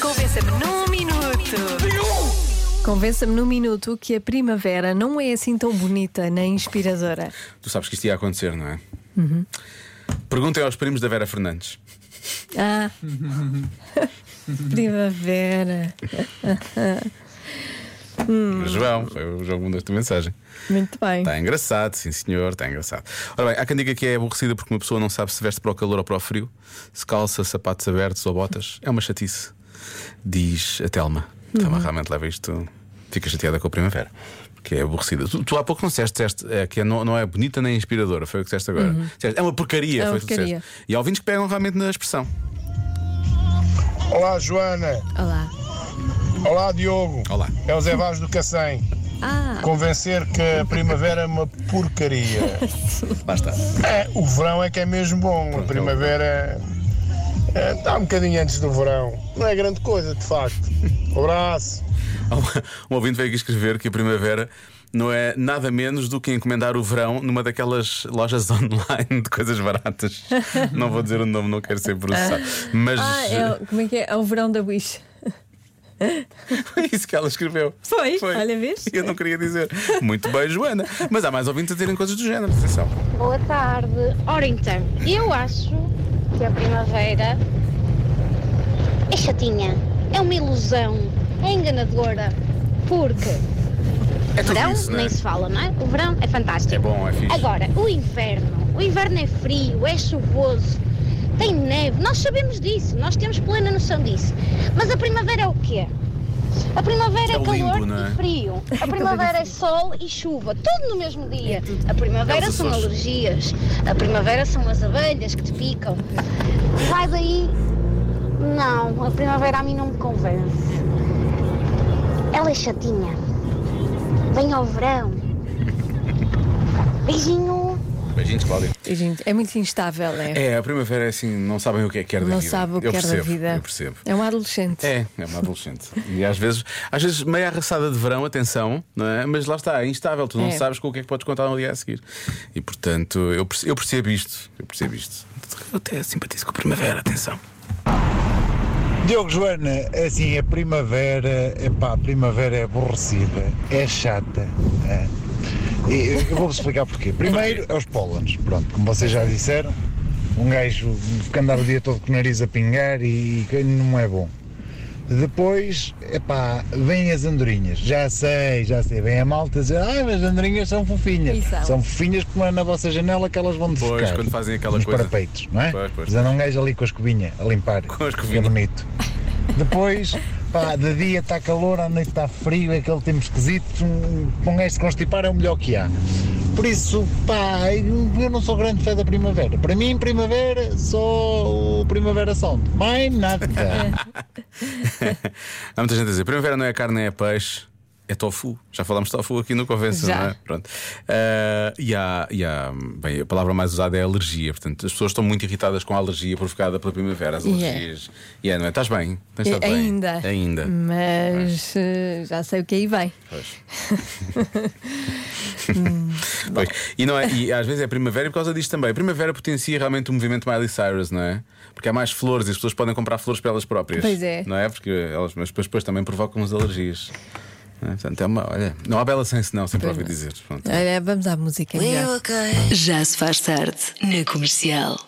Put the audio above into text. Convença-me num minuto. Convença-me num minuto que a primavera não é assim tão bonita nem inspiradora. Tu sabes que isto ia acontecer, não é? Perguntem aos primos da Vera Fernandes. Ah, primavera. João, foi o João que mandou esta mensagem. Muito bem. Está engraçado, sim senhor, está engraçado. Ora bem, há quem diga que é aborrecida porque uma pessoa não sabe se veste para o calor ou para o frio, se calça, sapatos abertos ou botas. É uma chatice, diz a Telma. A Uhum. Telma realmente leva isto, fica chateada com a primavera. porque é aborrecida. Tu, tu há pouco não disseste, disseste é, que é- não, não é bonita nem inspiradora, foi o que disseste agora. Disseste, é uma porcaria, Uhum. É uma foi o que tu porcaria. disseste. E há ouvintes que pegam realmente na expressão. Olá, Joana. Olá. Olá, Diogo. Olá. É o Zé Vaz do Cacém. Ah, Convencer que a primavera é uma porcaria. Lá está. É, o verão é que é mesmo bom. A primavera é, está um bocadinho antes do verão. Não é grande coisa, de facto. Um abraço. Um ouvinte veio aqui escrever que a primavera não é nada menos do que encomendar o verão numa daquelas lojas online de coisas baratas. não vou dizer o nome, não quero ser processado. Mas ah é, o- como é que é? É o verão da Wish. foi é isso que ela escreveu. Foi, olha, vês? Eu não queria dizer. Muito bem, Joana. Mas há mais ouvintes a terem coisas do género, atenção. Boa tarde. Ora então, eu acho que a primavera é chatinha, é uma ilusão, é enganadora, porque É tudo verão isso, não é? nem se fala, não é? O verão é fantástico. É bom, é fixe. Agora, o inverno, o inverno é frio, é chuvoso, tem neve, nós sabemos disso, nós temos plena noção disso. Mas a primavera é o quê? A primavera É é, o calor limbo, não é? e frio. A primavera é sol e chuva, tudo no mesmo dia. A É primavera os são Açores. alergias. A primavera são as abelhas que te picam. Vai daí. Não, a primavera a mim não me convence. Ela é chatinha. Vem ao verão. Beijinho. Beijinhos, Cláudia. E, gente, é muito instável, é? É, a primavera é assim, não sabem o que é que quer da não vida. sabe o que eu é da percebo, vida. Eu percebo. É uma adolescente. É, é uma adolescente. e às vezes, às vezes meio arraçada de verão, atenção, não é? Mas lá está, é instável, tu não É. sabes com o que é que podes contar no dia a seguir. E portanto, eu perce- eu percebo, isto, eu percebo isto. Eu até simpatizo com a primavera, atenção. Diogo Joana, assim, a primavera, epá, a primavera é aborrecida, é chata. é. E eu vou-vos explicar porquê. Primeiro é os pólenes, pronto, como vocês já disseram, um gajo fica a andar o dia todo com o nariz a pingar e, e não é bom. Depois, epá, vêm as andorinhas. Já sei, já sei. Vem a malta dizer, ah, mas as andorinhas são fofinhas. E são. fofinhas como é na vossa janela que elas vão defecar. Pois, quando fazem aquela Nos coisa. parapeitos, não é? Pois, pois. Mas anda um gajo ali com a escovinha a limpar. Com a Fica escovinha. bonito. Depois, pá, de dia está calor, à noite está frio, é aquele tempo esquisito. Um, para um gajo se constipar é o melhor que há. Por isso, pá, eu não sou grande fã da primavera. Para mim, primavera, só o Primavera Sound. Mais nada. Há muita gente a dizer: primavera não é carne, nem é peixe. É tofu, já falámos de tofu aqui no Convença, Já. não é? Pronto. Ah, e, há, e há- Bem, a palavra mais usada é alergia, portanto, as pessoas estão muito irritadas com a alergia provocada pela primavera, as Yeah. alergias. E é, não é? Estás bem? Tens E- estado bem? Ainda. Uhum. Ainda. Mas eh, já sei o que aí vem. Pois. Pois. E, não é, e às vezes é primavera e por causa disto também. A primavera potencia realmente o movimento Miley Cyrus, não é? Porque há mais flores e as pessoas podem comprar flores para elas próprias. Pois é. Não é? Porque elas, mas depois, depois também provocam as alergias. Não é? Portanto, é uma. Olha, não há bela sem senão, sempre Ah, ouvi dizer. Pronto. Olha, vamos à música. é melhor. Já se faz tarde na comercial.